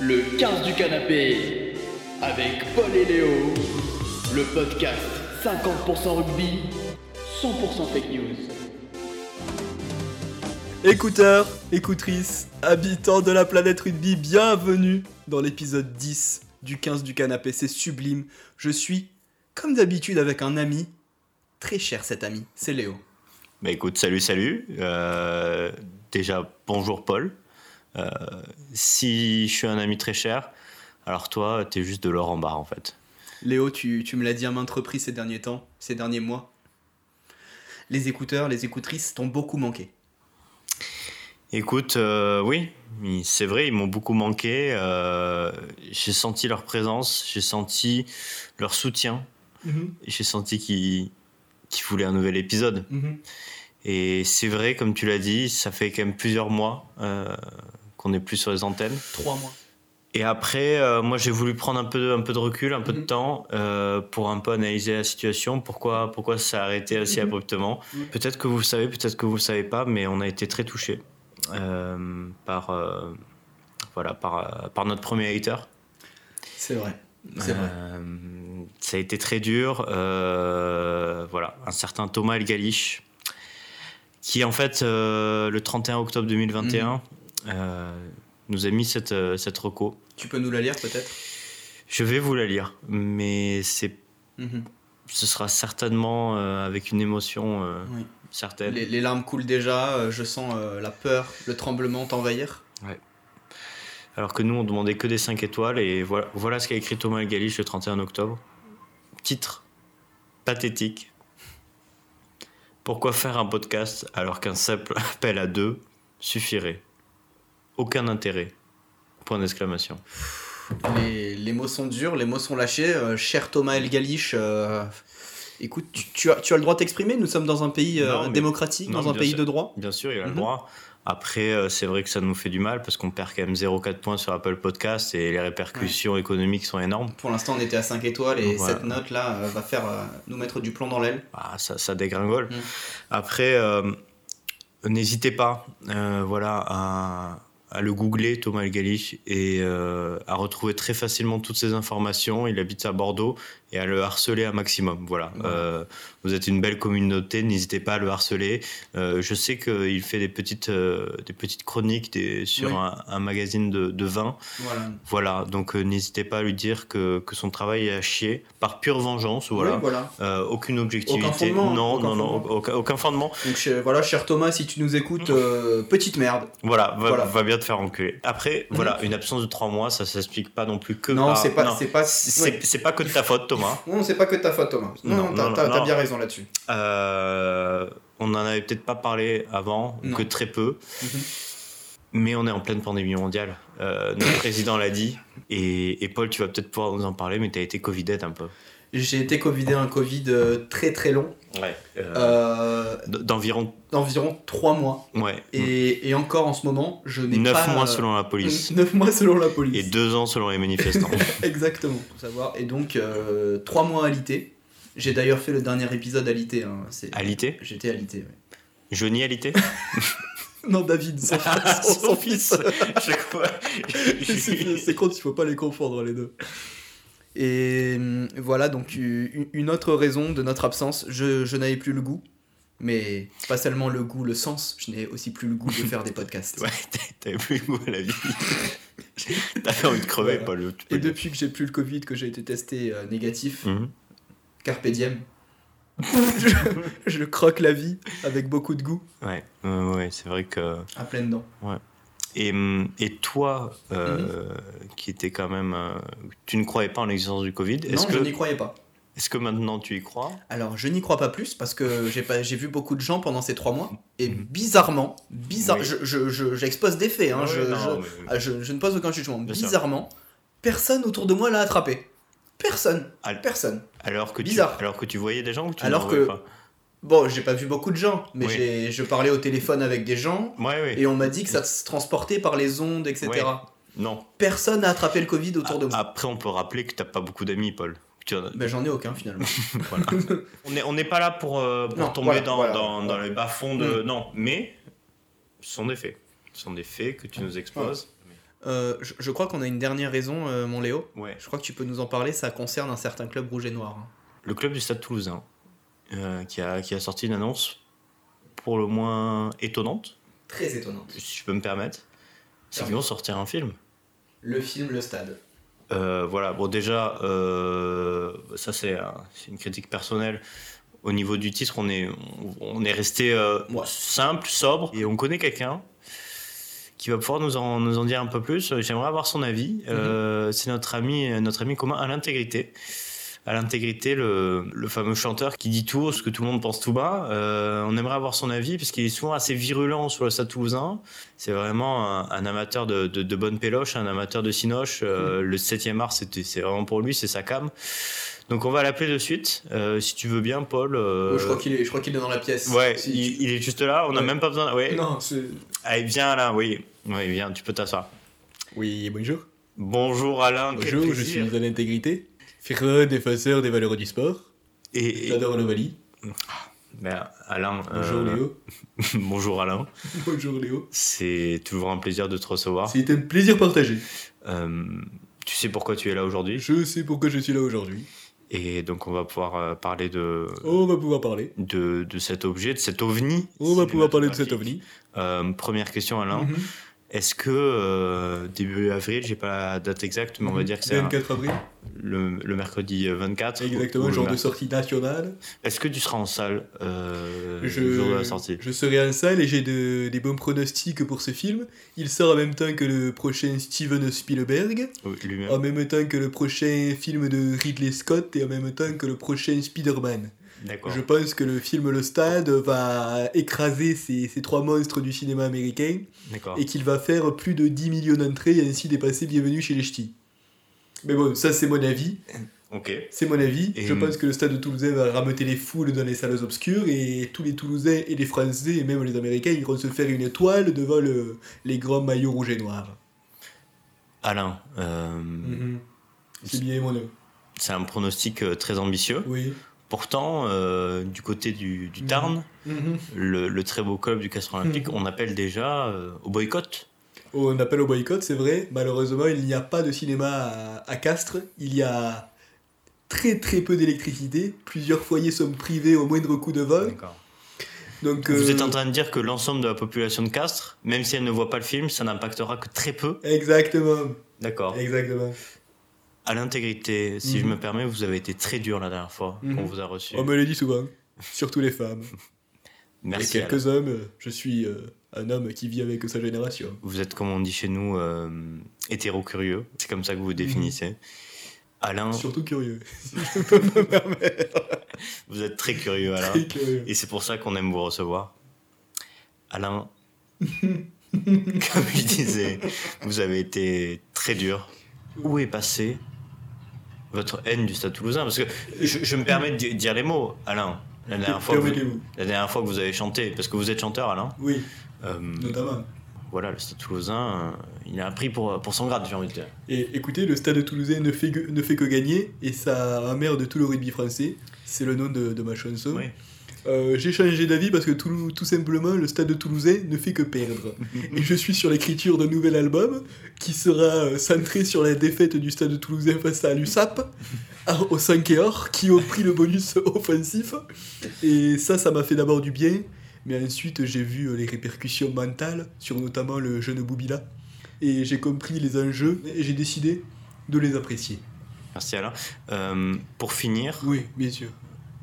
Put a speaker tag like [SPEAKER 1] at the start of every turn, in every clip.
[SPEAKER 1] Le 15 du canapé avec Paul et Léo, le podcast 50% rugby, 100% fake news.
[SPEAKER 2] Écouteurs, écoutrices, habitants de la planète rugby, bienvenue dans l'épisode 10 du 15 du canapé, c'est sublime. Je suis, comme d'habitude, avec un ami, très cher cet ami, c'est Léo.
[SPEAKER 3] Bah écoute, salut, salut. Euh, déjà, bonjour Paul. Euh, si je suis un ami très cher, alors toi, t'es juste de l'or en barre en fait.
[SPEAKER 2] Léo, tu, tu me l'as dit à maintes reprises ces derniers temps, ces derniers mois. Les écouteurs, les écoutrices t'ont beaucoup manqué.
[SPEAKER 3] Écoute, euh, oui, ils- c'est vrai, ils m'ont beaucoup manqué. euh, j'ai senti leur présence, j'ai senti leur soutien, j'ai senti qu'ils qu'ils voulaient un nouvel épisode. Et c'est vrai, comme tu l'as dit, ça fait quand même plusieurs mois euh, qu'on n'est plus sur les antennes.
[SPEAKER 2] Trois mois.
[SPEAKER 3] Et après, euh, moi, j'ai voulu prendre un peu, un peu de recul, un peu de
[SPEAKER 2] Mhm.
[SPEAKER 3] temps euh, pour un peu analyser la situation, pourquoi, pourquoi ça s'est arrêté aussi
[SPEAKER 2] Mhm.
[SPEAKER 3] abruptement.
[SPEAKER 2] Ouais.
[SPEAKER 3] Peut-être que vous le savez, peut-être que vous le savez pas, mais on a été très touchés euh, par, euh, voilà, par, euh, par notre premier hater.
[SPEAKER 2] C'est vrai. C'est vrai.
[SPEAKER 3] Euh, ça a été très dur. euh, voilà, un certain Thomas El Galich, qui en fait, euh, le 31 octobre
[SPEAKER 2] Mhm.
[SPEAKER 3] 2021, euh, nous a mis cette, euh, cette reco.
[SPEAKER 2] Tu peux nous la lire peut-être
[SPEAKER 3] Je vais vous la lire, mais c'est,
[SPEAKER 2] Mhm.
[SPEAKER 3] ce sera certainement euh, avec une émotion euh,
[SPEAKER 2] Oui.
[SPEAKER 3] certaine.
[SPEAKER 2] les, les larmes coulent déjà, euh, je sens euh, la peur, le tremblement t'envahir.
[SPEAKER 3] Alors que nous, on demandait que des 5 étoiles, et voilà, voilà ce qu'a écrit Thomas El Galich le 31 octobre. Titre pathétique. Pourquoi faire un podcast alors qu'un simple appel à deux suffirait Aucun intérêt. Point d'exclamation.
[SPEAKER 2] Les, les mots sont durs, les mots sont lâchés. Euh, cher Thomas El Galich, euh, écoute, tu, tu as, tu as le droit de t'exprimer. Nous sommes dans un pays euh,
[SPEAKER 3] Non, mais-
[SPEAKER 2] démocratique,
[SPEAKER 3] non,
[SPEAKER 2] dans un
[SPEAKER 3] bien
[SPEAKER 2] pays
[SPEAKER 3] sûr.
[SPEAKER 2] de droit.
[SPEAKER 3] Bien sûr, il a le
[SPEAKER 2] Mhm.
[SPEAKER 3] droit. Après, euh, c'est vrai que ça nous fait du mal parce qu'on perd quand même 0,4 points sur Apple Podcast et les répercussions économiques sont énormes.
[SPEAKER 2] Pour l'instant, on était à 5 étoiles et
[SPEAKER 3] Voilà.
[SPEAKER 2] cette note-là euh, va faire euh, nous mettre du plomb dans l'aile.
[SPEAKER 3] Ah, ça, ça dégringole.
[SPEAKER 2] Mm.
[SPEAKER 3] Après, euh, n'hésitez pas euh, voilà, à, à le googler, Thomas El Galich, et euh, à retrouver très facilement toutes ces informations. Il habite à Bordeaux et à le harceler un maximum. Voilà.
[SPEAKER 2] Ouais.
[SPEAKER 3] Euh, vous êtes une belle communauté, n'hésitez pas à le harceler. Euh, je sais qu'il fait des petites, euh, des petites chroniques des- sur
[SPEAKER 2] Oui.
[SPEAKER 3] un, un magazine de, de vin.
[SPEAKER 2] Voilà.
[SPEAKER 3] Voilà, donc euh, n'hésitez pas à lui dire que, que son travail est à chier par pure vengeance. Voilà.
[SPEAKER 2] Oui, voilà.
[SPEAKER 3] Euh, aucune objectivité.
[SPEAKER 2] Aucun fondement,
[SPEAKER 3] non,
[SPEAKER 2] aucun
[SPEAKER 3] non, non,
[SPEAKER 2] fondement.
[SPEAKER 3] aucun, aucun fondement.
[SPEAKER 2] Donc, cher- voilà, cher Thomas, si tu nous écoutes, euh, petite merde.
[SPEAKER 3] Voilà va,
[SPEAKER 2] Voilà.
[SPEAKER 3] va bien te faire enculer. Après,
[SPEAKER 2] Mhm.
[SPEAKER 3] voilà, une absence de 3 mois, ça s'explique pas non plus que
[SPEAKER 2] non,
[SPEAKER 3] par-
[SPEAKER 2] c'est pas,
[SPEAKER 3] non.
[SPEAKER 2] c'est pas,
[SPEAKER 3] C'est-
[SPEAKER 2] ouais.
[SPEAKER 3] c'est pas que de ta faute, Thomas.
[SPEAKER 2] Non, c'est pas que de ta faute, Thomas. Non,
[SPEAKER 3] Non,
[SPEAKER 2] non, t'as-
[SPEAKER 3] non,
[SPEAKER 2] t'as
[SPEAKER 3] non.
[SPEAKER 2] t'as bien raison là-dessus.
[SPEAKER 3] Euh, on en avait peut-être pas parlé avant, ou
[SPEAKER 2] Non.
[SPEAKER 3] que très peu.
[SPEAKER 2] Mhm.
[SPEAKER 3] Mais on est en pleine pandémie mondiale. Euh, notre président l'a dit. Et, et Paul, tu vas peut-être pouvoir nous en parler, mais tu as été Covidette un peu.
[SPEAKER 2] J'ai été covidé un Covid euh, très très long,
[SPEAKER 3] Ouais.
[SPEAKER 2] euh,
[SPEAKER 3] D'environ.
[SPEAKER 2] d'environ 3 mois.
[SPEAKER 3] Ouais.
[SPEAKER 2] Et, et encore en ce moment, je n'ai
[SPEAKER 3] 9
[SPEAKER 2] pas.
[SPEAKER 3] mois
[SPEAKER 2] euh,
[SPEAKER 3] selon la police.
[SPEAKER 2] 9 mois selon la
[SPEAKER 3] Et
[SPEAKER 2] police.
[SPEAKER 3] 2 ans selon les manifestants.
[SPEAKER 2] Exactement, faut savoir. Et donc, 3 mois alité. J'ai d'ailleurs fait le dernier épisode alité. Hein. c'est-
[SPEAKER 3] Alité
[SPEAKER 2] J'étais alité, ouais.
[SPEAKER 3] Johnny Alité
[SPEAKER 2] Non, David, son,
[SPEAKER 3] Ah,
[SPEAKER 2] son- son fils.
[SPEAKER 3] Chaque fois.
[SPEAKER 2] C'est c'est contre, il faut pas les confondre les deux. Et hum, voilà, donc u- une autre raison de notre absence, je, je n'avais plus le goût. Mais pas seulement le goût, le sens, je n'ai aussi plus le goût de faire des podcasts.
[SPEAKER 3] Ouais, t'as- t'avais plus le goût à la vie. T'avais envie de crever,
[SPEAKER 2] Voilà.
[SPEAKER 3] Paul. Tu peux
[SPEAKER 2] Et
[SPEAKER 3] le dire.
[SPEAKER 2] depuis que j'ai plus le Covid, que j'ai été testé euh, négatif,
[SPEAKER 3] Mhm.
[SPEAKER 2] carpe diem, je, je croque la vie avec beaucoup de goût,
[SPEAKER 3] Ouais, ouais, ouais, c'est vrai que.
[SPEAKER 2] à pleines dents.
[SPEAKER 3] Et, hum, et toi, euh,
[SPEAKER 2] Mhm.
[SPEAKER 3] qui étais quand même. euh, tu ne croyais pas en l'existence du Covid.
[SPEAKER 2] Non,
[SPEAKER 3] Est-ce
[SPEAKER 2] je
[SPEAKER 3] que,
[SPEAKER 2] n'y croyais pas.
[SPEAKER 3] est que maintenant tu y crois
[SPEAKER 2] Alors, je n'y crois pas plus parce que j'ai pas- j'ai vu beaucoup de gens pendant ces trois mois et bizarrement, bizarre,
[SPEAKER 3] Mhm. Oui.
[SPEAKER 2] je- je- je- j'expose des faits, hein,
[SPEAKER 3] Ouais,
[SPEAKER 2] je,
[SPEAKER 3] non,
[SPEAKER 2] je-
[SPEAKER 3] mais-
[SPEAKER 2] ah, je- je ne pose aucun jugement.
[SPEAKER 3] Bien sûr.
[SPEAKER 2] bizarrement, personne autour de moi l'a attrapé. Personne,
[SPEAKER 3] Ah,
[SPEAKER 2] personne.
[SPEAKER 3] alors, que tu,
[SPEAKER 2] bizarre.
[SPEAKER 3] alors que tu voyais des gens ou tu
[SPEAKER 2] Alors
[SPEAKER 3] n'en
[SPEAKER 2] que-
[SPEAKER 3] voyais pas
[SPEAKER 2] Bon, j'ai pas vu beaucoup de gens, mais
[SPEAKER 3] Oui.
[SPEAKER 2] j'ai- je parlais au téléphone avec des gens
[SPEAKER 3] Ouais, ouais.
[SPEAKER 2] et on m'a dit que ça se transportait par les ondes, etc.
[SPEAKER 3] Ouais. Non.
[SPEAKER 2] Personne n'a attrapé le Covid
[SPEAKER 3] Ah,
[SPEAKER 2] autour de moi.
[SPEAKER 3] Après, on peut rappeler que t'as pas beaucoup d'amis, Paul. Tu en as-
[SPEAKER 2] Mais j'en ai aucun finalement.
[SPEAKER 3] Voilà. on n'est on est pas là pour, euh, pour
[SPEAKER 2] Non,
[SPEAKER 3] tomber
[SPEAKER 2] voilà,
[SPEAKER 3] dans,
[SPEAKER 2] voilà. Mm.
[SPEAKER 3] dans, dans les bas-fonds de. Non, mais ce sont des faits. Ce sont des faits que tu nous exposes.
[SPEAKER 2] Euh, je, je crois qu'on a une dernière raison, euh, mon Léo.
[SPEAKER 3] Ouais.
[SPEAKER 2] Je crois que tu peux nous en parler, ça concerne un certain club rouge et noir. hein.
[SPEAKER 3] Le club du Stade Toulousain euh, qui, a, qui a sorti une annonce pour le moins étonnante,
[SPEAKER 2] Très étonnante.
[SPEAKER 3] si je peux me permettre. C'est qu'ils vont sortir un film.
[SPEAKER 2] Le film Le Stade.
[SPEAKER 3] Euh, voilà, bon déjà, euh, ça c'est un- c'est une critique personnelle. Au niveau du titre, on est, on est resté euh,
[SPEAKER 2] Ouais.
[SPEAKER 3] simple, sobre, et on connaît quelqu'un qui va pouvoir nous en, nous en dire un peu plus. Euh, J'aimerais avoir son avis.
[SPEAKER 2] Mhm.
[SPEAKER 3] Euh, c'est notre ami, notre ami commun à l'intégrité. À l'intégrité, le, le fameux chanteur qui dit tout haut ce que tout le monde pense tout bas. Euh, on aimerait avoir son avis parce qu'il est souvent assez virulent sur le Stade Toulousain. C'est vraiment un, un amateur de, de, de bonne péloche, un amateur de cinoche. Euh,
[SPEAKER 2] Mhm.
[SPEAKER 3] Le 7e art, c'était- c'est vraiment pour lui, c'est sa cam. Donc on va l'appeler de suite, euh, si tu veux bien, Paul. euh,
[SPEAKER 2] Oh, je crois qu'il est, je crois qu'il est dans la pièce.
[SPEAKER 3] ouais,
[SPEAKER 2] Si-
[SPEAKER 3] il, il est juste là, on n'a
[SPEAKER 2] Ouais.
[SPEAKER 3] même pas besoin. Ouais.
[SPEAKER 2] Non, c'est...
[SPEAKER 3] Allez, viens là, oui. Oui, viens, tu peux t'asseoir.
[SPEAKER 2] Oui, bonjour.
[SPEAKER 3] Bonjour Alain, quel
[SPEAKER 2] Bonjour, je
[SPEAKER 3] plaisir.
[SPEAKER 2] suis à l'intégrité. Fier défenseur des valeurs du sport.
[SPEAKER 3] Et, et-
[SPEAKER 2] J'adore l'Ovalie.
[SPEAKER 3] ben, Alain,
[SPEAKER 2] Bonjour
[SPEAKER 3] euh,
[SPEAKER 2] Léo.
[SPEAKER 3] bonjour Alain,
[SPEAKER 2] Bonjour Léo.
[SPEAKER 3] c'est toujours un plaisir de te recevoir.
[SPEAKER 2] C'était un plaisir partagé.
[SPEAKER 3] Euh, tu sais pourquoi tu es là aujourd'hui
[SPEAKER 2] Je sais pourquoi je suis là aujourd'hui.
[SPEAKER 3] et donc on va pouvoir euh, parler de,
[SPEAKER 2] On va pouvoir parler.
[SPEAKER 3] de, de cet objet, de cet ovni.
[SPEAKER 2] On va pouvoir parler de cet ovni.
[SPEAKER 3] Euh, première question, Alain.
[SPEAKER 2] Mhm.
[SPEAKER 3] Est-ce que euh, début avril, j'ai pas la date exacte, mais on va
[SPEAKER 2] Mhm.
[SPEAKER 3] dire que c'est un-
[SPEAKER 2] 24 avril.
[SPEAKER 3] le, le mercredi 24 ou- ou
[SPEAKER 2] Exactement,
[SPEAKER 3] le
[SPEAKER 2] genre
[SPEAKER 3] mar-
[SPEAKER 2] de sortie nationale.
[SPEAKER 3] Est-ce que tu seras en salle euh, le jour de la sortie
[SPEAKER 2] je serai en salle et j'ai de- des bons pronostics pour ce film. Il sort en même temps que le prochain Steven Spielberg,
[SPEAKER 3] Oui, lui-même.
[SPEAKER 2] en même temps que le prochain film de Ridley Scott et en même temps que le prochain Spider-Man.
[SPEAKER 3] D'accord.
[SPEAKER 2] Je pense que le film Le Stade va écraser ces, ces trois monstres du cinéma américain
[SPEAKER 3] D'accord.
[SPEAKER 2] et qu'il va faire plus de 10 millions d'entrées et ainsi dépasser Bienvenue chez les Ch'tis. Mais bon, ça c'est mon avis.
[SPEAKER 3] Ok.
[SPEAKER 2] C'est mon avis.
[SPEAKER 3] Et- mm.
[SPEAKER 2] Je pense que le stade de Toulousain va rameuter les foules dans les salles obscures et tous les Toulousains et les Français et même les Américains ils vont se faire une étoile devant le- les grands maillots rouges et noirs.
[SPEAKER 3] Alain, euh,
[SPEAKER 2] Mhm. C'est bien mon avis.
[SPEAKER 3] c'est un pronostic euh, très ambitieux.
[SPEAKER 2] Oui.
[SPEAKER 3] Pourtant, euh, du côté du, du Tarn, Mm-hmm.
[SPEAKER 2] Mhm.
[SPEAKER 3] le, le très beau club du Castre Olympique, on appelle déjà euh, au boycott.
[SPEAKER 2] On appelle au boycott, c'est vrai. Malheureusement, il n'y a pas de cinéma à, à Castres. Il y a très très peu d'électricité. Plusieurs foyers sont privés au moindre coup de vol.
[SPEAKER 3] D'accord.
[SPEAKER 2] Donc,
[SPEAKER 3] Vous
[SPEAKER 2] euh,
[SPEAKER 3] êtes en train de dire que l'ensemble de la population de Castres, même si elle ne voit pas le film, ça n'impactera que très peu.
[SPEAKER 2] Exactement,
[SPEAKER 3] D'accord.
[SPEAKER 2] Eh, exactement.
[SPEAKER 3] À l'intégrité, si
[SPEAKER 2] Mhm.
[SPEAKER 3] je me permets, vous avez été très dur la dernière fois
[SPEAKER 2] Mhm.
[SPEAKER 3] qu'on vous a reçu.
[SPEAKER 2] On me le dit souvent, surtout les femmes.
[SPEAKER 3] Merci.
[SPEAKER 2] Et
[SPEAKER 3] Alain.
[SPEAKER 2] quelques hommes, euh, je suis euh, un homme qui vit avec sa génération.
[SPEAKER 3] Vous êtes, comme on dit chez nous, euh, hétéro-curieux. C'est comme ça que vous vous définissez. Alain,
[SPEAKER 2] Surtout curieux. Si je peux me permettre.
[SPEAKER 3] vous êtes très curieux, Alain.
[SPEAKER 2] Très curieux.
[SPEAKER 3] Et c'est pour ça qu'on aime vous recevoir. Alain, comme je disais, vous avez été très dur. Où est passée votre haine du Stade Toulousain Parce que je, je me permets de di- dire les mots, Alain. La dernière, fois que vous,
[SPEAKER 2] Permettez-vous.
[SPEAKER 3] la dernière fois que vous avez chanté, parce que vous êtes chanteur, Alain.
[SPEAKER 2] Oui,
[SPEAKER 3] euh,
[SPEAKER 2] notamment.
[SPEAKER 3] voilà, le Stade Toulousain, euh, il a un prix pour, pour son grade, j'ai envie de dire.
[SPEAKER 2] Et écoutez, le stade toulousain ne fait, que, ne fait que gagner, et ça emmerde tout le rugby français. C'est le nom de, de ma chanson.
[SPEAKER 3] Oui.
[SPEAKER 2] Euh, J'ai changé d'avis parce que tout, tout simplement, le stade toulousain ne fait que perdre. et je suis sur l'écriture d'un nouvel album qui sera euh, centré sur la défaite du stade toulousain face à l'USAP, à- au 5 et or, qui ont pris le bonus offensif. Et ça, ça m'a fait d'abord du bien, mais ensuite j'ai vu euh, les répercussions mentales sur notamment le jeune Boubila et j'ai compris les enjeux et j'ai décidé de les apprécier.
[SPEAKER 3] Merci, Alain. Euh, pour finir,
[SPEAKER 2] Oui, bien sûr.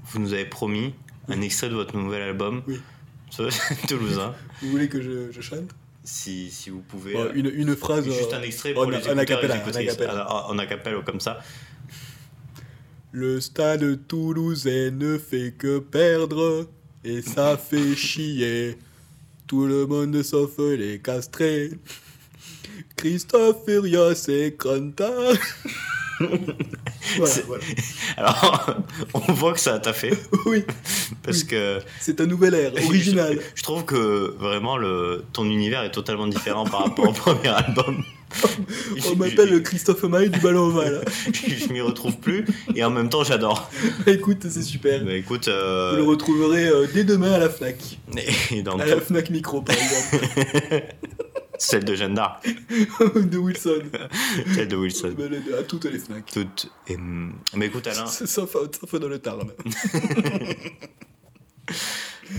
[SPEAKER 3] vous nous avez promis un extrait de votre nouvel album,
[SPEAKER 2] Oui.
[SPEAKER 3] sur le Stade Toulousain.
[SPEAKER 2] Vous voulez que je, je chante
[SPEAKER 3] Si, si vous pouvez.
[SPEAKER 2] Bon,
[SPEAKER 3] euh,
[SPEAKER 2] Bah, une, une phrase.
[SPEAKER 3] Juste
[SPEAKER 2] euh,
[SPEAKER 3] un extrait
[SPEAKER 2] en-
[SPEAKER 3] pour les
[SPEAKER 2] en
[SPEAKER 3] écouteurs et les
[SPEAKER 2] acapella, en
[SPEAKER 3] écoutrices.
[SPEAKER 2] acapella.
[SPEAKER 3] Ah, En acapella, comme ça.
[SPEAKER 2] Le stade toulousain ne fait que perdre et ça fait chier. Tout le monde sauf les castrés. Christophe Furios et Cranta. voilà,
[SPEAKER 3] C'est-
[SPEAKER 2] voilà.
[SPEAKER 3] Alors, on voit que ça t'a fait,
[SPEAKER 2] Oui,
[SPEAKER 3] parce
[SPEAKER 2] Oui.
[SPEAKER 3] que
[SPEAKER 2] c'est un nouvel air, original.
[SPEAKER 3] je trouve que vraiment le, ton univers est totalement différent par rapport au premier album.
[SPEAKER 2] On
[SPEAKER 3] Je-
[SPEAKER 2] m'appelle le Christophe Maé du ballon ovale.
[SPEAKER 3] Je, je m'y retrouve plus et en même temps j'adore.
[SPEAKER 2] Bah, Écoute, c'est super.
[SPEAKER 3] Mais écoute,
[SPEAKER 2] Vous le
[SPEAKER 3] euh,
[SPEAKER 2] retrouverez euh, dès demain à la FNAC.
[SPEAKER 3] et dans
[SPEAKER 2] À
[SPEAKER 3] tout-
[SPEAKER 2] la FNAC Micro, par exemple.
[SPEAKER 3] Celle de Jeanne d'Arc,
[SPEAKER 2] de Wilson.
[SPEAKER 3] celle de Wilson.
[SPEAKER 2] Balade à toutes les snacks.
[SPEAKER 3] Toute. et, hum, Mais écoute, Alain,
[SPEAKER 2] C'est sauf, sauf dans le Tarn.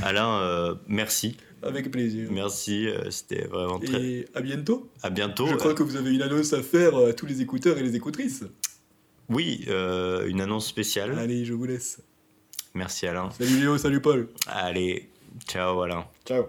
[SPEAKER 3] Alain euh, merci.
[SPEAKER 2] Avec plaisir.
[SPEAKER 3] Merci, euh, c'était vraiment très.
[SPEAKER 2] Et à bientôt.
[SPEAKER 3] À bientôt.
[SPEAKER 2] Je
[SPEAKER 3] Euh,
[SPEAKER 2] crois que vous avez une annonce à faire à tous les écouteurs et les écoutrices.
[SPEAKER 3] Oui, euh, une annonce spéciale.
[SPEAKER 2] Allez, je vous laisse.
[SPEAKER 3] Merci, Alain.
[SPEAKER 2] Salut Léo, salut Paul.
[SPEAKER 3] Allez, ciao, Alain.
[SPEAKER 2] Ciao.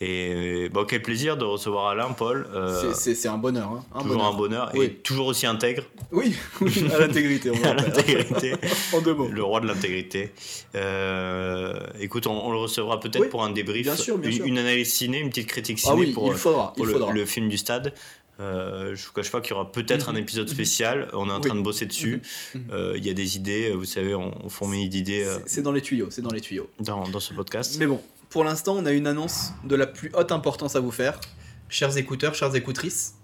[SPEAKER 3] Et bon, quel plaisir de recevoir Alain, Paul. euh,
[SPEAKER 2] C'est un bonheur. Hein. Un
[SPEAKER 3] toujours un bonheur et
[SPEAKER 2] Oui.
[SPEAKER 3] toujours aussi intègre,
[SPEAKER 2] Oui, oui, à l'intégrité. on
[SPEAKER 3] à
[SPEAKER 2] va faire.
[SPEAKER 3] l'intégrité,
[SPEAKER 2] En deux mots.
[SPEAKER 3] le roi de l'intégrité. Euh, écoute, on, on le recevra peut-être
[SPEAKER 2] Oui,
[SPEAKER 3] pour un débrief,
[SPEAKER 2] bien sûr, bien
[SPEAKER 3] une,
[SPEAKER 2] sûr.
[SPEAKER 3] une analyse ciné, une petite critique ciné
[SPEAKER 2] Ah oui,
[SPEAKER 3] pour, euh,
[SPEAKER 2] il faudra.
[SPEAKER 3] pour
[SPEAKER 2] Il
[SPEAKER 3] le,
[SPEAKER 2] faudra.
[SPEAKER 3] le film du stade. Euh, je vous cache pas qu'il y aura peut-être un épisode spécial. On est en
[SPEAKER 2] Mhm. Oui.
[SPEAKER 3] train de bosser dessus.
[SPEAKER 2] Mhm.
[SPEAKER 3] Euh, Il y a des idées, vous savez, on, on fourmille d'idées euh,
[SPEAKER 2] C'est- C'est dans les tuyaux, c'est dans les tuyaux.
[SPEAKER 3] dans, dans ce podcast.
[SPEAKER 2] Mais bon, pour l'instant, on a une annonce de la plus haute importance à vous faire, chers écouteurs, chères écoutrices,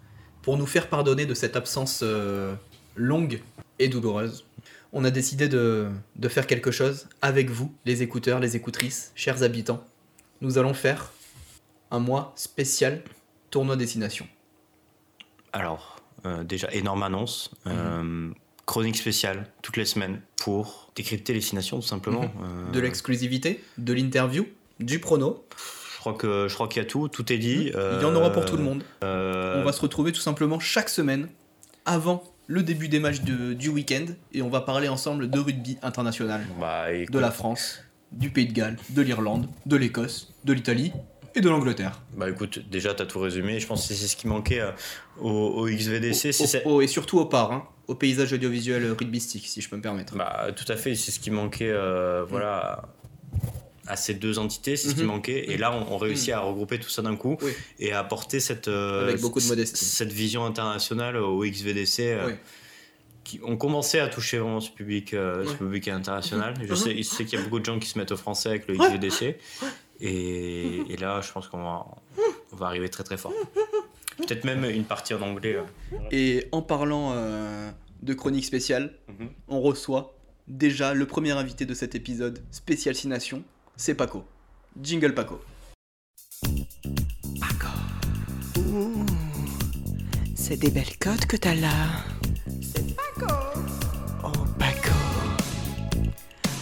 [SPEAKER 2] pour nous faire pardonner de cette absence euh, longue et douloureuse. On a décidé de, de faire quelque chose avec vous, les écouteurs, les écoutrices, chers habitants. Nous allons faire un mois spécial tournoi destination.
[SPEAKER 3] Alors, euh, déjà, énorme annonce.
[SPEAKER 2] Mhm.
[SPEAKER 3] Euh, chronique spéciale toutes les semaines pour décrypter les six nations, tout simplement. Euh,
[SPEAKER 2] Mhm. De l'exclusivité, de l'interview, du prono.
[SPEAKER 3] je crois que je crois qu'il y a tout, tout est dit.
[SPEAKER 2] Mhm. Il y en aura pour tout le monde.
[SPEAKER 3] Euh,
[SPEAKER 2] On va se retrouver tout simplement chaque semaine avant le début des matchs de- du week-end et on va parler ensemble de rugby international,
[SPEAKER 3] bah, écoute,
[SPEAKER 2] de la France, du Pays de Galles, de l'Irlande, de l'Écosse, de l'Italie et de l'Angleterre.
[SPEAKER 3] bah, écoute, déjà t'as tout résumé. Je pense que c'est ce qui manquait euh, au, au XVDC. c'est
[SPEAKER 2] Au-
[SPEAKER 3] c'est-
[SPEAKER 2] au- au- et surtout au par, hein, au paysage audiovisuel rugbystique, si je peux me permettre.
[SPEAKER 3] bah, tout à fait, c'est ce qui manquait, euh, voilà, à ces deux entités, c'est ce qui
[SPEAKER 2] Mhm.
[SPEAKER 3] manquait. Et
[SPEAKER 2] Mhm.
[SPEAKER 3] là, on, on réussit à regrouper tout ça d'un coup
[SPEAKER 2] Oui.
[SPEAKER 3] et à apporter cette euh,
[SPEAKER 2] Avec beaucoup de
[SPEAKER 3] c-
[SPEAKER 2] modestie.
[SPEAKER 3] cette vision internationale au XVDC. euh,
[SPEAKER 2] Oui.
[SPEAKER 3] qui ont commencé à toucher vraiment ce public, euh, ce
[SPEAKER 2] Ouais.
[SPEAKER 3] public international. Je
[SPEAKER 2] Mhm.
[SPEAKER 3] sais, je sais qu'il y a beaucoup de gens qui se mettent au français avec le
[SPEAKER 2] Ouais.
[SPEAKER 3] XVDC. Et, et là, je pense qu'on va, on va arriver très très fort.
[SPEAKER 2] Mhm.
[SPEAKER 3] Peut-être même une partie en anglais. euh.
[SPEAKER 2] Et en parlant euh, de chronique spéciale,
[SPEAKER 3] Mhm.
[SPEAKER 2] on reçoit déjà le premier invité de cet épisode spécial Six Nations, c'est Paco. Jingle Paco.
[SPEAKER 4] Ouh, c'est des belles cotes que t'as là. C'est Paco. Oh, Paco.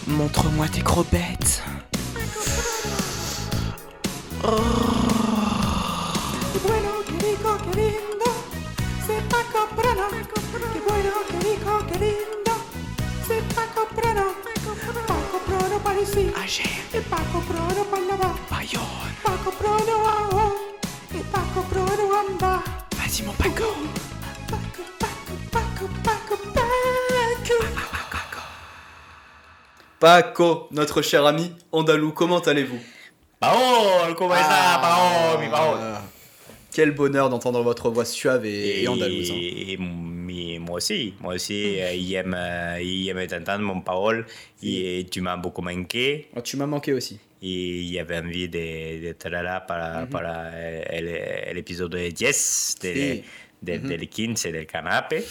[SPEAKER 4] Montre-moi tes gros bêtes. Oh. Bueno, qué rico, qué lindo. C'est Paco Prano. Qué bueno, qué rico, qué lindo. C'est Paco Prano. Paco Prano par ici. Et Paco Prano par là-bas. Paco Prano en haut. Et Paco Prano en bas. Vas-y, mon Paco. Paco, Paco, Paco, Paco, Paco.
[SPEAKER 2] Paco, notre cher ami andalou, comment allez-vous
[SPEAKER 3] Paolo, comment ça Paolo, mi Paolo.
[SPEAKER 2] Ah, Quel bonheur d'entendre votre voix suave et, et andalouse. hein. Mmh.
[SPEAKER 3] et mi- moi aussi, moi aussi, euh, j'aime euh, j'aime t'entendre, mon Paolo. Et tu m'as beaucoup manqué.
[SPEAKER 2] Ah, tu m'as manqué aussi.
[SPEAKER 3] Et il y avait envie de- d'être là par, par euh, le- l'épisode de Yes, de,
[SPEAKER 2] Si.
[SPEAKER 3] de-
[SPEAKER 2] Mhm.
[SPEAKER 3] del 15 del canapé.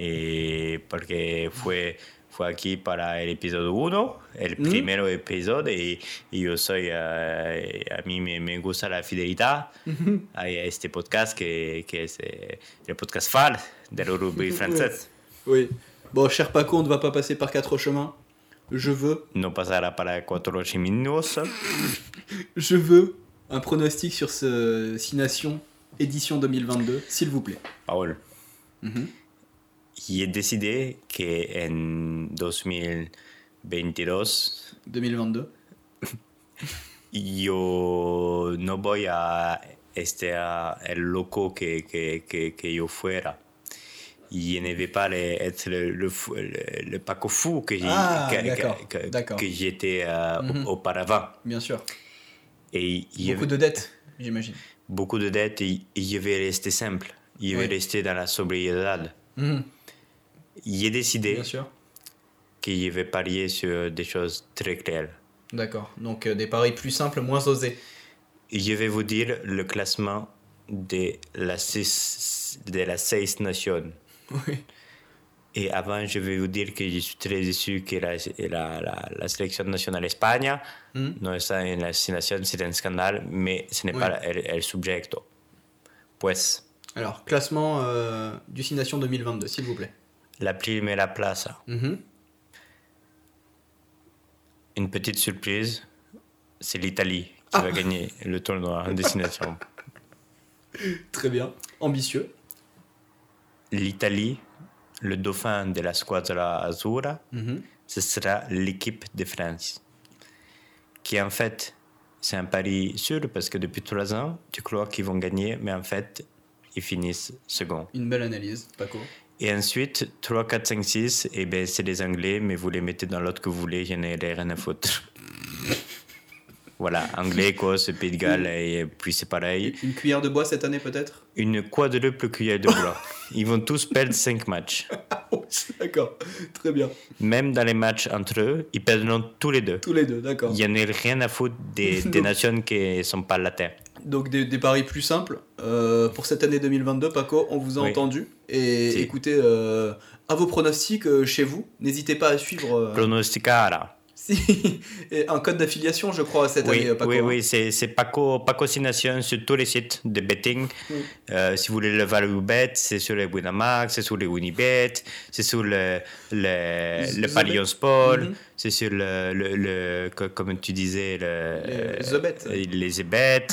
[SPEAKER 3] et parce que fue, fue aquí para el episodio 1, el
[SPEAKER 2] Mhm.
[SPEAKER 3] primero episodio, y, y yo soy, eh, a mí me, me gusta la fidelidad a este podcast, que, que es eh, el podcast FAL del Uruguay francés.
[SPEAKER 2] Oui. Bon, cher Paco, on ne va pas passer par quatre chemins. Je veux,
[SPEAKER 3] No pasará para cuatro minutos.
[SPEAKER 2] je veux un pronostic sur ce Six Nations édition 2022, s'il vous plaît.
[SPEAKER 3] Paul.
[SPEAKER 2] Mhm.
[SPEAKER 3] J'ai décidé qu'en 2022,
[SPEAKER 2] 2022.
[SPEAKER 3] yo no voy a estar el loco que, que, que, que yo fuera. Je ne vais pas le- être le, le, fou- le- le Paco fou que j'ai-
[SPEAKER 2] Ah,
[SPEAKER 3] que-
[SPEAKER 2] d'accord,
[SPEAKER 3] que- que-
[SPEAKER 2] d'accord.
[SPEAKER 3] que j'étais euh,
[SPEAKER 2] Mhm.
[SPEAKER 3] auparavant.
[SPEAKER 2] Bien sûr.
[SPEAKER 3] Et il y
[SPEAKER 2] Beaucoup
[SPEAKER 3] avait
[SPEAKER 2] de dettes, j'imagine.
[SPEAKER 3] beaucoup de dettes et et je vais rester simple. Je vais
[SPEAKER 2] Oui.
[SPEAKER 3] rester dans la sobriété.
[SPEAKER 2] Mhm,
[SPEAKER 3] J'ai décidé
[SPEAKER 2] Bien sûr.
[SPEAKER 3] que je vais parier sur des choses très claires.
[SPEAKER 2] D'accord. Donc euh, des paris plus simples, moins osés.
[SPEAKER 3] Je vais vous dire le classement de la six, de la six nations.
[SPEAKER 2] Oui.
[SPEAKER 3] Et avant, je vais vous dire que je suis très déçu que la, la, la, la sélection nationale Espagne,
[SPEAKER 2] Mhm.
[SPEAKER 3] non, ça, la six nations, c'est un scandale, mais ce n'est
[SPEAKER 2] Oui.
[SPEAKER 3] pas le, le sujet. Pues,
[SPEAKER 2] Alors, classement euh, du Six Nations 2022, s'il vous plaît.
[SPEAKER 3] l'appli met la place.
[SPEAKER 2] Mhm.
[SPEAKER 3] Une petite surprise, c'est l'Italie qui va gagner le tournoi en destination.
[SPEAKER 2] Très bien. Ambitieux.
[SPEAKER 3] L'Italie, le dauphin de la squadra azzurra,
[SPEAKER 2] Mhm.
[SPEAKER 3] ce sera l'équipe de France. Qui en fait, c'est un pari sûr parce que depuis trois ans, tu crois qu'ils vont gagner, mais en fait, ils finissent second.
[SPEAKER 2] Une belle analyse, Paco.
[SPEAKER 3] Et ensuite, 3, 4, 5, 6, et ben, c'est les Anglais, mais vous les mettez dans l'autre que vous voulez, j'en ai rien à foutre. voilà, Anglais, Écosse, Pays de Galles, et puis c'est pareil.
[SPEAKER 2] Une cuillère de bois cette année, peut-être
[SPEAKER 3] Une quadruple cuillère de bois. Ils vont tous perdre 5 matchs.
[SPEAKER 2] D'accord. Très bien.
[SPEAKER 3] Même dans les matchs entre eux, ils perdront tous les deux.
[SPEAKER 2] Tous les deux, d'accord.
[SPEAKER 3] Il n'y en a rien à foutre des, des nations qui sont pas la terre.
[SPEAKER 2] Donc des, des paris plus simples. Euh, pour cette année 2022, Paco, on vous a
[SPEAKER 3] Oui.
[SPEAKER 2] entendu. Et
[SPEAKER 3] Si.
[SPEAKER 2] écoutez, euh, à vos pronostics euh, chez vous, n'hésitez pas à suivre euh,
[SPEAKER 3] Pronosticara.
[SPEAKER 2] si- et un code d'affiliation, je crois, cette
[SPEAKER 3] Oui,
[SPEAKER 2] année, Paco.
[SPEAKER 3] oui,
[SPEAKER 2] hein.
[SPEAKER 3] oui, c'est c'est Paco, Paco Cination sur tous les sites de betting.
[SPEAKER 2] Oui.
[SPEAKER 3] Euh, si vous voulez le value bet, c'est sur les Winamax, c'est sur les Unibet, c'est sur le, le, le
[SPEAKER 2] The
[SPEAKER 3] Paris
[SPEAKER 2] Bet.
[SPEAKER 3] en Sport,
[SPEAKER 2] Mhm.
[SPEAKER 3] c'est sur le, le, le- co- comme tu disais, le,
[SPEAKER 2] Les- The Bet.
[SPEAKER 3] euh, les ebet.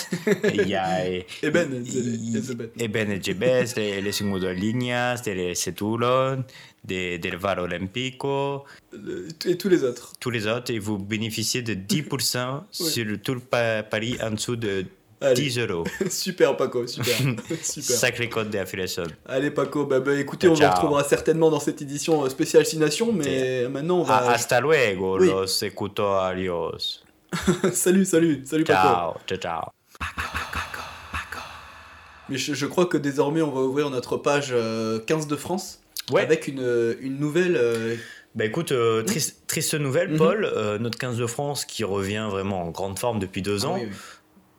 [SPEAKER 3] Il y a et
[SPEAKER 2] Eben et Ben, The- et The Bet.
[SPEAKER 3] Eben et The Bet, les, les Segundo Lignas, les Setulon, des, des Var Olympico
[SPEAKER 2] Le- et tous les autres.
[SPEAKER 3] tous les autres et vous bénéficiez de 10% sur tout le pa- pari en dessous de
[SPEAKER 2] Allez.
[SPEAKER 3] 10 euros.
[SPEAKER 2] super, Paco, super. super.
[SPEAKER 3] Sacré code d'affiliation.
[SPEAKER 2] Allez, Paco, bah, bah, écoutez, on
[SPEAKER 3] Ciao.
[SPEAKER 2] vous retrouvera certainement dans cette édition euh, spéciale Six Nations, mais maintenant, on
[SPEAKER 3] Ah,
[SPEAKER 2] va...
[SPEAKER 3] hasta luego,
[SPEAKER 2] Oui.
[SPEAKER 3] los escutorios.
[SPEAKER 2] salut, salut, salut, Paco.
[SPEAKER 3] ah. Ciao, ciao, ciao.
[SPEAKER 2] Mais je, je crois que désormais, on va ouvrir notre page euh, 15 de France
[SPEAKER 3] Ouais.
[SPEAKER 2] avec une, euh, une nouvelle. euh,
[SPEAKER 3] Bah écoute, euh,
[SPEAKER 2] Mm-hmm.
[SPEAKER 3] triste, triste nouvelle,
[SPEAKER 2] Mhm.
[SPEAKER 3] Paul. euh, notre 15 de France qui revient vraiment en grande forme depuis deux ans,
[SPEAKER 2] Ah oui, oui.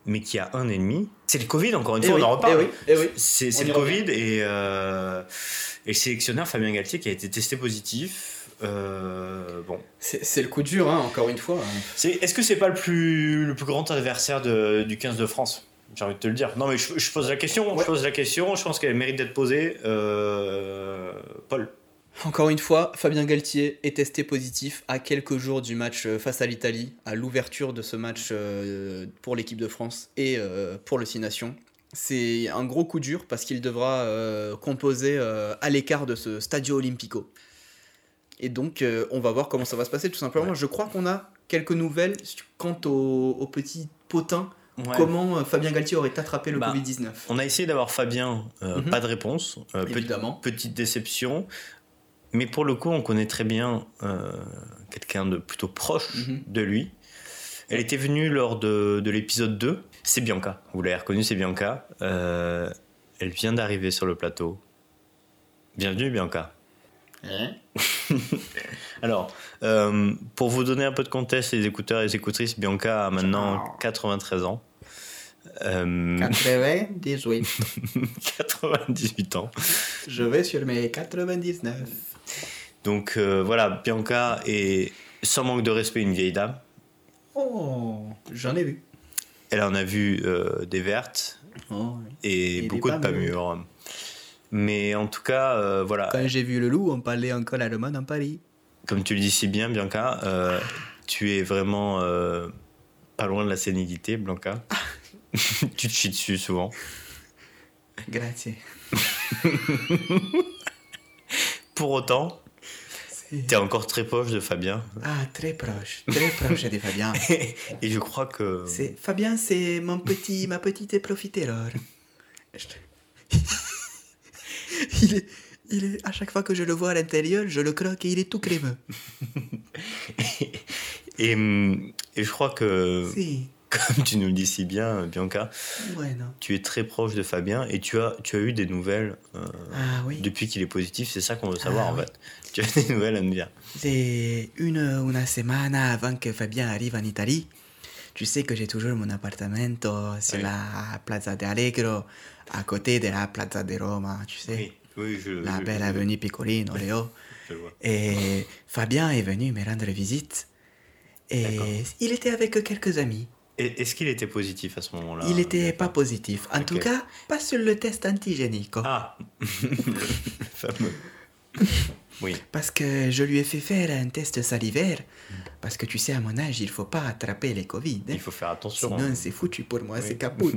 [SPEAKER 3] mais qui a un ennemi. C'est le Covid, encore une
[SPEAKER 2] Eh
[SPEAKER 3] fois,
[SPEAKER 2] oui,
[SPEAKER 3] on en reparle.
[SPEAKER 2] eh oui, eh oui.
[SPEAKER 3] C'est c'est
[SPEAKER 2] On y
[SPEAKER 3] le
[SPEAKER 2] revient.
[SPEAKER 3] Covid et, euh, et le sélectionneur Fabien Galtier qui a été testé positif. Euh, bon,
[SPEAKER 2] C'est c'est le coup dur, hein, encore une fois.
[SPEAKER 3] C'est- Est-ce que c'est pas le plus, le plus grand adversaire de- du 15 de France J'ai envie de te le dire. Non, mais je, je pose la question.
[SPEAKER 2] Ouais.
[SPEAKER 3] Je pose la question. Je pense qu'elle mérite d'être posée. Euh, Paul.
[SPEAKER 2] Encore une fois, Fabien Galtier est testé positif à quelques jours du match euh, face à l'Italie, à l'ouverture de ce match euh, pour l'équipe de France et euh, pour le Six Nations. C'est un gros coup dur parce qu'il devra euh, composer euh, à l'écart de ce Stadio Olimpico. Et donc, euh, on va voir comment ça va se passer, tout simplement.
[SPEAKER 3] Ouais.
[SPEAKER 2] Je crois qu'on a quelques nouvelles quant au, au petit potin. Comment euh, Fabien Galtier aurait attrapé le
[SPEAKER 3] Bah,
[SPEAKER 2] Covid-19
[SPEAKER 3] On a essayé d'avoir Fabien. euh,
[SPEAKER 2] Mhm.
[SPEAKER 3] Pas de réponse. Euh, pe-
[SPEAKER 2] Évidemment.
[SPEAKER 3] petite déception. Mais pour le coup, on connaît très bien euh, quelqu'un de plutôt proche
[SPEAKER 2] Mhm.
[SPEAKER 3] de lui. Elle était venue lors de, de l'épisode 2. C'est Bianca. Vous l'avez reconnue, c'est Bianca. Euh, elle vient d'arriver sur le plateau. Bienvenue, Bianca.
[SPEAKER 2] Hein
[SPEAKER 3] Alors, euh, pour vous donner un peu de contexte, les écouteurs et les écoutrices, Bianca a maintenant 93 ans. Euh,
[SPEAKER 2] 98.
[SPEAKER 3] 98 ans.
[SPEAKER 2] Je vais sur mes 99.
[SPEAKER 3] Donc euh, voilà, Bianca est sans manque de respect une vieille dame.
[SPEAKER 2] Oh, j'en ai vu.
[SPEAKER 3] Elle en a vu euh, des vertes
[SPEAKER 2] Oh,
[SPEAKER 3] et,
[SPEAKER 2] Et des
[SPEAKER 3] beaucoup de
[SPEAKER 2] pas
[SPEAKER 3] pas
[SPEAKER 2] mûres.
[SPEAKER 3] mûres. Mais en tout cas, euh, voilà,
[SPEAKER 2] Quand j'ai vu le loup, on parlait encore la mode en Paris.
[SPEAKER 3] comme tu le dis si bien, Bianca, euh, tu es vraiment euh, pas loin de la sénilité, Bianca. tu te chies dessus souvent.
[SPEAKER 2] Grazie.
[SPEAKER 3] Pour autant, t'es encore très proche de Fabien.
[SPEAKER 2] Ah, très proche, très proche de Fabien.
[SPEAKER 3] et je crois que.
[SPEAKER 2] C'est Fabien, c'est mon petit, ma petite profiterole. Il est, il est, à chaque fois que je le vois à l'intérieur, je le croque et il est tout crémeux.
[SPEAKER 3] Et, hum, et je crois que,
[SPEAKER 2] Si,
[SPEAKER 3] comme tu nous le dis si bien, Bianca,
[SPEAKER 2] bueno.
[SPEAKER 3] tu es très proche de Fabien et tu as, tu as eu des nouvelles euh,
[SPEAKER 2] Ah oui.
[SPEAKER 3] depuis qu'il est positif. C'est ça qu'on veut savoir
[SPEAKER 2] Ah,
[SPEAKER 3] en fait. Tu as des nouvelles à nous dire.
[SPEAKER 2] C'est une, une semaine avant que Fabien arrive en Italie. Tu sais que j'ai toujours mon appartement sur
[SPEAKER 3] Oui.
[SPEAKER 2] la Plaza de Allegro, à côté de la Plaza de Roma, tu sais,
[SPEAKER 3] oui, je.
[SPEAKER 2] la belle avenue Piccolino, Léo.
[SPEAKER 3] je vois.
[SPEAKER 2] Et Fabien est venu me rendre visite. Et
[SPEAKER 3] D'accord.
[SPEAKER 2] il était avec quelques amis.
[SPEAKER 3] Et- Est-ce qu'il était positif à ce moment-là
[SPEAKER 2] Il était pas positif. En
[SPEAKER 3] Ah, Ok.
[SPEAKER 2] tout cas, pas sur le test antigénique. hein.
[SPEAKER 3] Ah Le fameux. Oui.
[SPEAKER 2] Parce que je lui ai fait faire un test salivaire. Parce que tu sais, à mon âge, il faut pas attraper les Covid. hein.
[SPEAKER 3] Hmm. Il faut faire attention. hein.
[SPEAKER 2] Sinon, c'est foutu pour moi,
[SPEAKER 3] Oui.
[SPEAKER 2] c'est capote.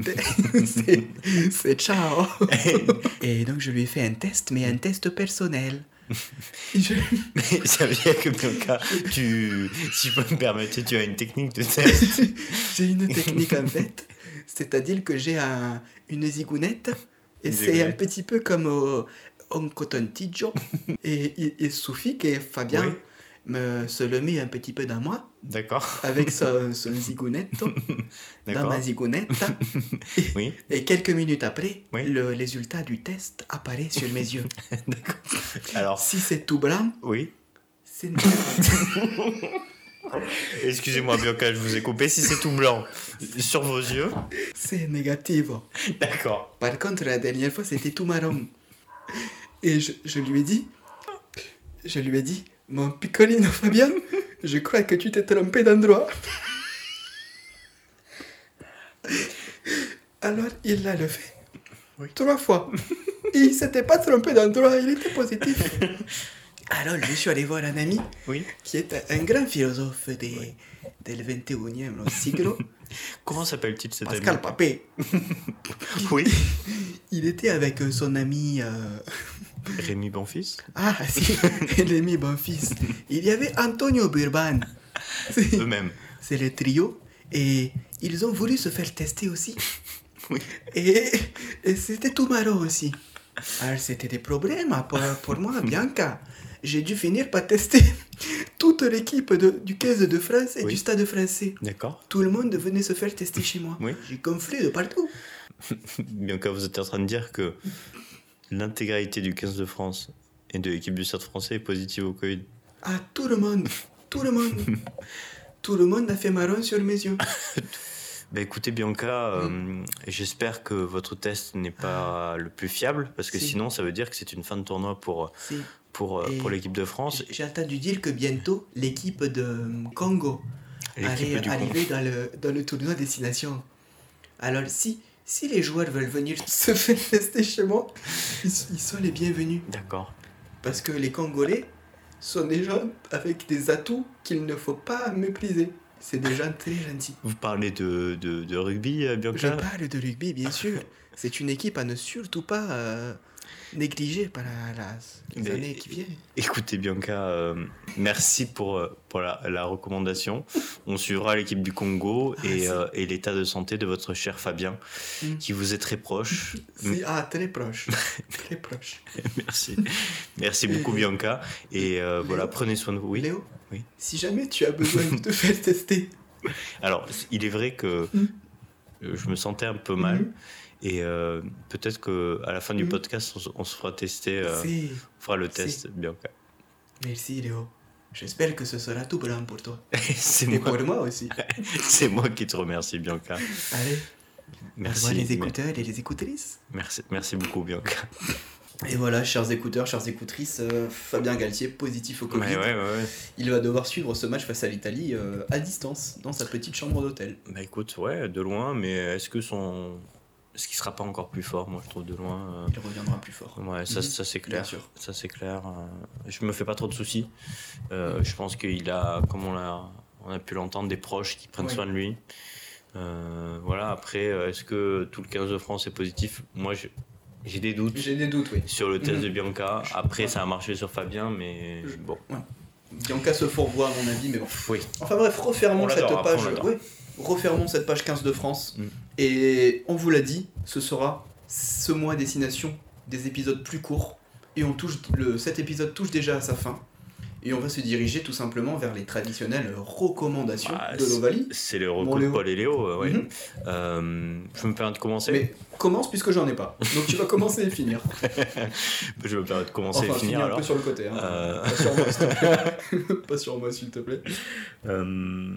[SPEAKER 2] c'est, c'est ciao. Et donc, je lui ai fait un test, mais un test personnel. Je-
[SPEAKER 3] Mais ça veut dire que Bianca, tu, si je peux me permettre, tu as une technique de test.
[SPEAKER 2] j'ai une technique en fait, c'est-à-dire que j'ai un- une zigounette, et
[SPEAKER 3] Une
[SPEAKER 2] c'est un
[SPEAKER 3] zigounette.
[SPEAKER 2] petit peu comme au, un coton tiggio. et il, il suffit que Fabien
[SPEAKER 3] Oui.
[SPEAKER 2] me, se le met un petit peu dans moi,
[SPEAKER 3] D'accord.
[SPEAKER 2] avec son, son zigounette, dans
[SPEAKER 3] D'accord.
[SPEAKER 2] ma zigounette,
[SPEAKER 3] Oui.
[SPEAKER 2] et quelques minutes après,
[SPEAKER 3] Oui.
[SPEAKER 2] le résultat du test apparaît sur mes yeux.
[SPEAKER 3] Alors,
[SPEAKER 2] Si c'est tout blanc,
[SPEAKER 3] oui.
[SPEAKER 2] c'est noir.
[SPEAKER 3] Excusez-moi, Bianca, je vous ai coupé. Si c'est tout blanc sur vos yeux,
[SPEAKER 2] c'est négatif.
[SPEAKER 3] d'accord.
[SPEAKER 2] Par contre, la dernière fois, c'était tout marron. Et je, je lui ai dit, je lui ai dit, mon picolino Fabien, je crois que tu t'es trompé d'endroit. Alors, il l'a le fait. Trois fois. Et il s'était pas trompé d'endroit, il était positif. Alors, je suis allé voir un ami
[SPEAKER 3] Oui.
[SPEAKER 2] qui est un grand philosophe des, del 21e siècle,
[SPEAKER 3] Comment s'appelle-t-il cet ami
[SPEAKER 2] Pascal Papé.
[SPEAKER 3] Oui.
[SPEAKER 2] Il était avec euh, son ami. euh,
[SPEAKER 3] Rémi Bonfils.
[SPEAKER 2] Ah, si, l'ami Bonfils. Il y avait Antonio Burban. C'est-
[SPEAKER 3] Eux-mêmes.
[SPEAKER 2] C'est le trio. Et ils ont voulu se faire tester aussi.
[SPEAKER 3] Oui.
[SPEAKER 2] Et, et c'était tout marrant aussi. Alors, c'était des problèmes hein, pour, pour moi, Bianca. J'ai dû finir par tester toute l'équipe de- du 15 de France et
[SPEAKER 3] Oui.
[SPEAKER 2] du Stade français.
[SPEAKER 3] D'accord.
[SPEAKER 2] Tout le monde venait se faire tester chez moi.
[SPEAKER 3] Oui.
[SPEAKER 2] J'ai gonflé de partout.
[SPEAKER 3] Bianca, vous êtes en train de dire que l'intégralité du 15 de France et de l'équipe du Stade français est positive au Covid.
[SPEAKER 2] À tout le monde. Tout le monde. tout le monde a fait marron sur mes yeux.
[SPEAKER 3] Bah écoutez Bianca, euh,
[SPEAKER 2] Mm.
[SPEAKER 3] j'espère que votre test n'est pas le plus fiable parce que
[SPEAKER 2] Si.
[SPEAKER 3] sinon ça veut dire que c'est une fin de tournoi pour
[SPEAKER 2] Si.
[SPEAKER 3] pour euh,
[SPEAKER 2] Et-
[SPEAKER 3] pour l'équipe de France,
[SPEAKER 2] J- J'ai entendu dire que bientôt, l'équipe de euh, Congo allait
[SPEAKER 3] l'équipe du Congo.
[SPEAKER 2] arriver dans le, dans le tournoi Destination. Alors, si, si les joueurs veulent venir se faire tester chez moi, ils, s- ils sont les bienvenus.
[SPEAKER 3] D'accord.
[SPEAKER 2] Parce que les Congolais sont des gens avec des atouts qu'il ne faut pas mépriser. C'est des gens très gentils.
[SPEAKER 3] Vous parlez de, de, de rugby euh,
[SPEAKER 2] Je
[SPEAKER 3] Bianca
[SPEAKER 2] parle de rugby, bien sûr. C'est une équipe à ne surtout pas euh, négliger par la- la- les
[SPEAKER 3] Mais-
[SPEAKER 2] années qui viennent.
[SPEAKER 3] Écoutez Bianca, euh, merci pour euh, pour la, la recommandation. On suivra l'équipe du Congo
[SPEAKER 2] Ah,
[SPEAKER 3] et,
[SPEAKER 2] si.
[SPEAKER 3] euh, et l'état de santé de votre cher Fabien
[SPEAKER 2] Mm.
[SPEAKER 3] qui vous est très proche.
[SPEAKER 2] Si- ah, très proche. très proche.
[SPEAKER 3] merci. Merci beaucoup Bianca et euh, voilà, prenez soin de vous. Oui.
[SPEAKER 2] Léo,
[SPEAKER 3] Oui.
[SPEAKER 2] si jamais tu as besoin de te faire tester,
[SPEAKER 3] Alors, il est vrai que
[SPEAKER 2] Mm.
[SPEAKER 3] euh, je me sentais un peu mal.
[SPEAKER 2] Mhm.
[SPEAKER 3] Et euh, peut-être que à la fin du
[SPEAKER 2] Mhm.
[SPEAKER 3] podcast, on, se- on se fera tester, euh,
[SPEAKER 2] si.
[SPEAKER 3] on fera le
[SPEAKER 2] c'est-
[SPEAKER 3] test, Bianca.
[SPEAKER 2] Merci Léo. J'espère que ce sera tout blanc pour toi.
[SPEAKER 3] c'est
[SPEAKER 2] Et
[SPEAKER 3] moi,
[SPEAKER 2] pour moi aussi.
[SPEAKER 3] c'est moi qui te remercie, Bianca.
[SPEAKER 2] Allez,
[SPEAKER 3] Merci,
[SPEAKER 2] au revoir les
[SPEAKER 3] mer-
[SPEAKER 2] écouteurs et les écoutrices.
[SPEAKER 3] merci, merci beaucoup, Bianca.
[SPEAKER 2] Et voilà, chers écouteurs, chères écoutrices, euh, Fabien Galtier, positif au Covid.
[SPEAKER 3] Ouais, ouais, ouais, ouais.
[SPEAKER 2] Il va devoir suivre ce match face à l'Italie euh, à distance, dans sa petite chambre d'hôtel.
[SPEAKER 3] Bah écoute, ouais, de loin, mais est-ce que son, est-ce qu'il sera pas encore plus fort, moi je trouve de loin. euh,
[SPEAKER 2] Il reviendra plus fort.
[SPEAKER 3] Ouais, ça,
[SPEAKER 2] Mhm.
[SPEAKER 3] ça, c'est
[SPEAKER 2] Bien
[SPEAKER 3] clair.
[SPEAKER 2] sûr.
[SPEAKER 3] Ça c'est clair. euh, Je me fais pas trop de soucis.
[SPEAKER 2] Mhm.
[SPEAKER 3] Euh, je pense qu'il a, comme on l'a, on a pu l'entendre, des proches qui prennent
[SPEAKER 2] Ouais.
[SPEAKER 3] soin de lui. Euh, voilà. Après, euh, est-ce que tout le 15 de France est positif Moi, je- j'ai des doutes
[SPEAKER 2] J'ai des doutes, oui.
[SPEAKER 3] sur le test
[SPEAKER 2] Mhm.
[SPEAKER 3] de Bianca. Après,
[SPEAKER 2] ouais.
[SPEAKER 3] ça a marché sur Fabien, mais
[SPEAKER 2] Je-
[SPEAKER 3] bon.
[SPEAKER 2] Bianca se fourvoie à mon avis, mais bon.
[SPEAKER 3] Oui.
[SPEAKER 2] Enfin bref, refermons
[SPEAKER 3] On
[SPEAKER 2] cette
[SPEAKER 3] l'adore, après,
[SPEAKER 2] page.
[SPEAKER 3] on l'adore.
[SPEAKER 2] ouais, refermons cette page 15 de France.
[SPEAKER 3] Mm.
[SPEAKER 2] Et on vous l'a dit, ce sera ce mois destination des épisodes plus courts. Et on touche le, cet épisode touche déjà à sa fin. Et on va se diriger tout simplement vers les traditionnelles recommandations
[SPEAKER 3] Bah,
[SPEAKER 2] de l'Ovalie.
[SPEAKER 3] C'est les recours
[SPEAKER 2] Bon,
[SPEAKER 3] de
[SPEAKER 2] Léo.
[SPEAKER 3] Paul et Léo. euh, ouais.
[SPEAKER 2] Mhm.
[SPEAKER 3] Euh, je me permets de commencer.
[SPEAKER 2] Mais commence puisque j'en ai pas. Donc tu vas commencer et finir.
[SPEAKER 3] Je me permets de commencer
[SPEAKER 2] Enfin,
[SPEAKER 3] et
[SPEAKER 2] finir
[SPEAKER 3] finir
[SPEAKER 2] un
[SPEAKER 3] alors.
[SPEAKER 2] peu sur le côté. hein.
[SPEAKER 3] Euh,
[SPEAKER 2] Pas sur moi, s'il te plaît. Pas sur moi, s'il te plaît.
[SPEAKER 3] Euh,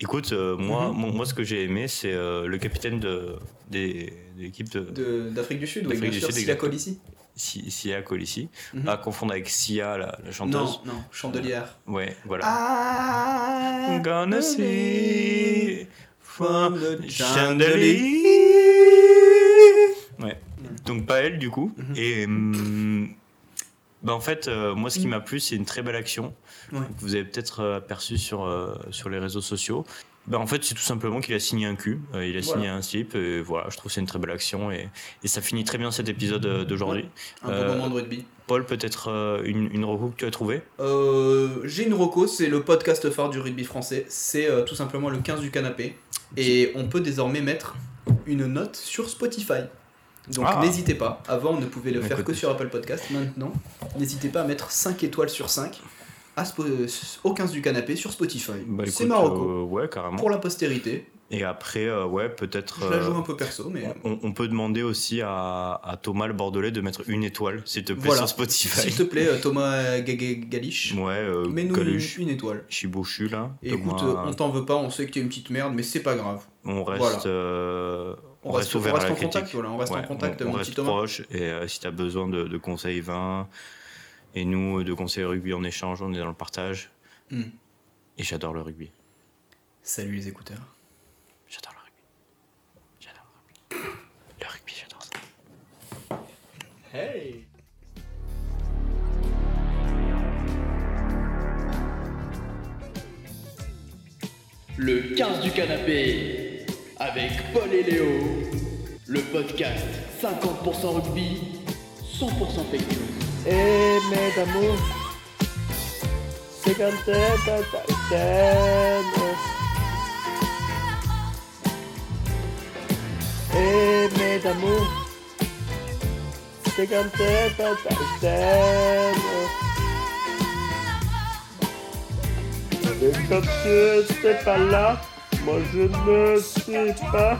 [SPEAKER 3] écoute, euh, moi,
[SPEAKER 2] Mhm.
[SPEAKER 3] mon- moi, ce que j'ai aimé, c'est euh, le capitaine de, des, de l'équipe de,
[SPEAKER 2] De- D'Afrique du Sud, oui,
[SPEAKER 3] D'Afrique
[SPEAKER 2] bien
[SPEAKER 3] du
[SPEAKER 2] sûr,
[SPEAKER 3] Sud,
[SPEAKER 2] Silla
[SPEAKER 3] exactement.
[SPEAKER 2] Kolisi.
[SPEAKER 3] Si- Sia Colici,
[SPEAKER 2] Mhm.
[SPEAKER 3] pas à confondre avec Sia, la, la chanteuse.
[SPEAKER 2] Non, non, chandelière.
[SPEAKER 3] Ouais, voilà.
[SPEAKER 2] Ah,
[SPEAKER 3] I'm gonna see from the chandelier. Ouais. Donc pas elle du coup.
[SPEAKER 2] Mhm.
[SPEAKER 3] Et hum, bah, en fait, euh, moi ce qui m'a plu, c'est une très belle action
[SPEAKER 2] Ouais.
[SPEAKER 3] que vous avez peut-être euh, aperçu sur, euh, sur les réseaux sociaux. Bah, en fait, c'est tout simplement qu'il a signé un cul, euh, il a
[SPEAKER 2] Voilà.
[SPEAKER 3] signé un slip, et voilà, je trouve que c'est une très belle action et, et ça finit très bien cet épisode euh, d'aujourd'hui.
[SPEAKER 2] Un
[SPEAKER 3] Euh,
[SPEAKER 2] bon moment de rugby.
[SPEAKER 3] Paul, peut-être euh, une, une reco que tu as trouvée
[SPEAKER 2] Euh, j'ai une roco, c'est le podcast phare du rugby français. C'est euh, tout simplement le 15 du canapé. Et on peut désormais mettre une note sur Spotify. Donc
[SPEAKER 3] Ah.
[SPEAKER 2] n'hésitez pas. Avant, on ne pouvait le
[SPEAKER 3] Bah,
[SPEAKER 2] faire que
[SPEAKER 3] écoute.
[SPEAKER 2] sur Apple Podcast. Maintenant, n'hésitez pas à mettre 5 étoiles sur 5 à Spo- au 15 du canapé sur Spotify.
[SPEAKER 3] Bah,
[SPEAKER 2] c'est
[SPEAKER 3] écoute,
[SPEAKER 2] ma roco.
[SPEAKER 3] euh, ouais, carrément.
[SPEAKER 2] Pour la postérité,
[SPEAKER 3] Et après, euh, ouais, peut-être.
[SPEAKER 2] je la joue hein.
[SPEAKER 3] euh,
[SPEAKER 2] un peu perso, mais.
[SPEAKER 3] on, on peut demander aussi à, à Thomas le Bordelais de mettre une étoile, s'il te plaît,
[SPEAKER 2] Voilà.
[SPEAKER 3] sur Spotify.
[SPEAKER 2] S'il te plaît, euh, Thomas Ga- Ga- Galich,
[SPEAKER 3] Ouais, euh,
[SPEAKER 2] mets-nous une,
[SPEAKER 3] Coluche,
[SPEAKER 2] une étoile.
[SPEAKER 3] Chibouchu, là.
[SPEAKER 2] Et
[SPEAKER 3] Thomas,
[SPEAKER 2] écoute, euh, on t'en veut pas, on sait que t'es une petite merde, mais c'est pas grave.
[SPEAKER 3] on reste,
[SPEAKER 2] voilà.
[SPEAKER 3] euh,
[SPEAKER 2] On reste,
[SPEAKER 3] ouvert
[SPEAKER 2] on reste
[SPEAKER 3] à la
[SPEAKER 2] en
[SPEAKER 3] critique.
[SPEAKER 2] contact, voilà, on reste en
[SPEAKER 3] Ouais,
[SPEAKER 2] contact,
[SPEAKER 3] on, on
[SPEAKER 2] mon
[SPEAKER 3] reste
[SPEAKER 2] petit Thomas.
[SPEAKER 3] proche. Et euh, si tu as besoin de, de conseils vins, et nous, de conseils rugby en échange, on est dans le partage.
[SPEAKER 2] Hmm.
[SPEAKER 3] Et j'adore le rugby.
[SPEAKER 2] Salut les écouteurs.
[SPEAKER 3] J'adore le rugby. J'adore le rugby. Le rugby, j'adore ça.
[SPEAKER 1] Hey Le 15 du canapé avec Paul et Léo, le podcast 50% rugby, 100% fake news.
[SPEAKER 5] Eh mais d'amour, c'est comme t'aimes, t'aimes. Eh mais d'amour, c'est comme t'aimes, t'aimes. Et comme je ne suis pas là, moi je ne suis pas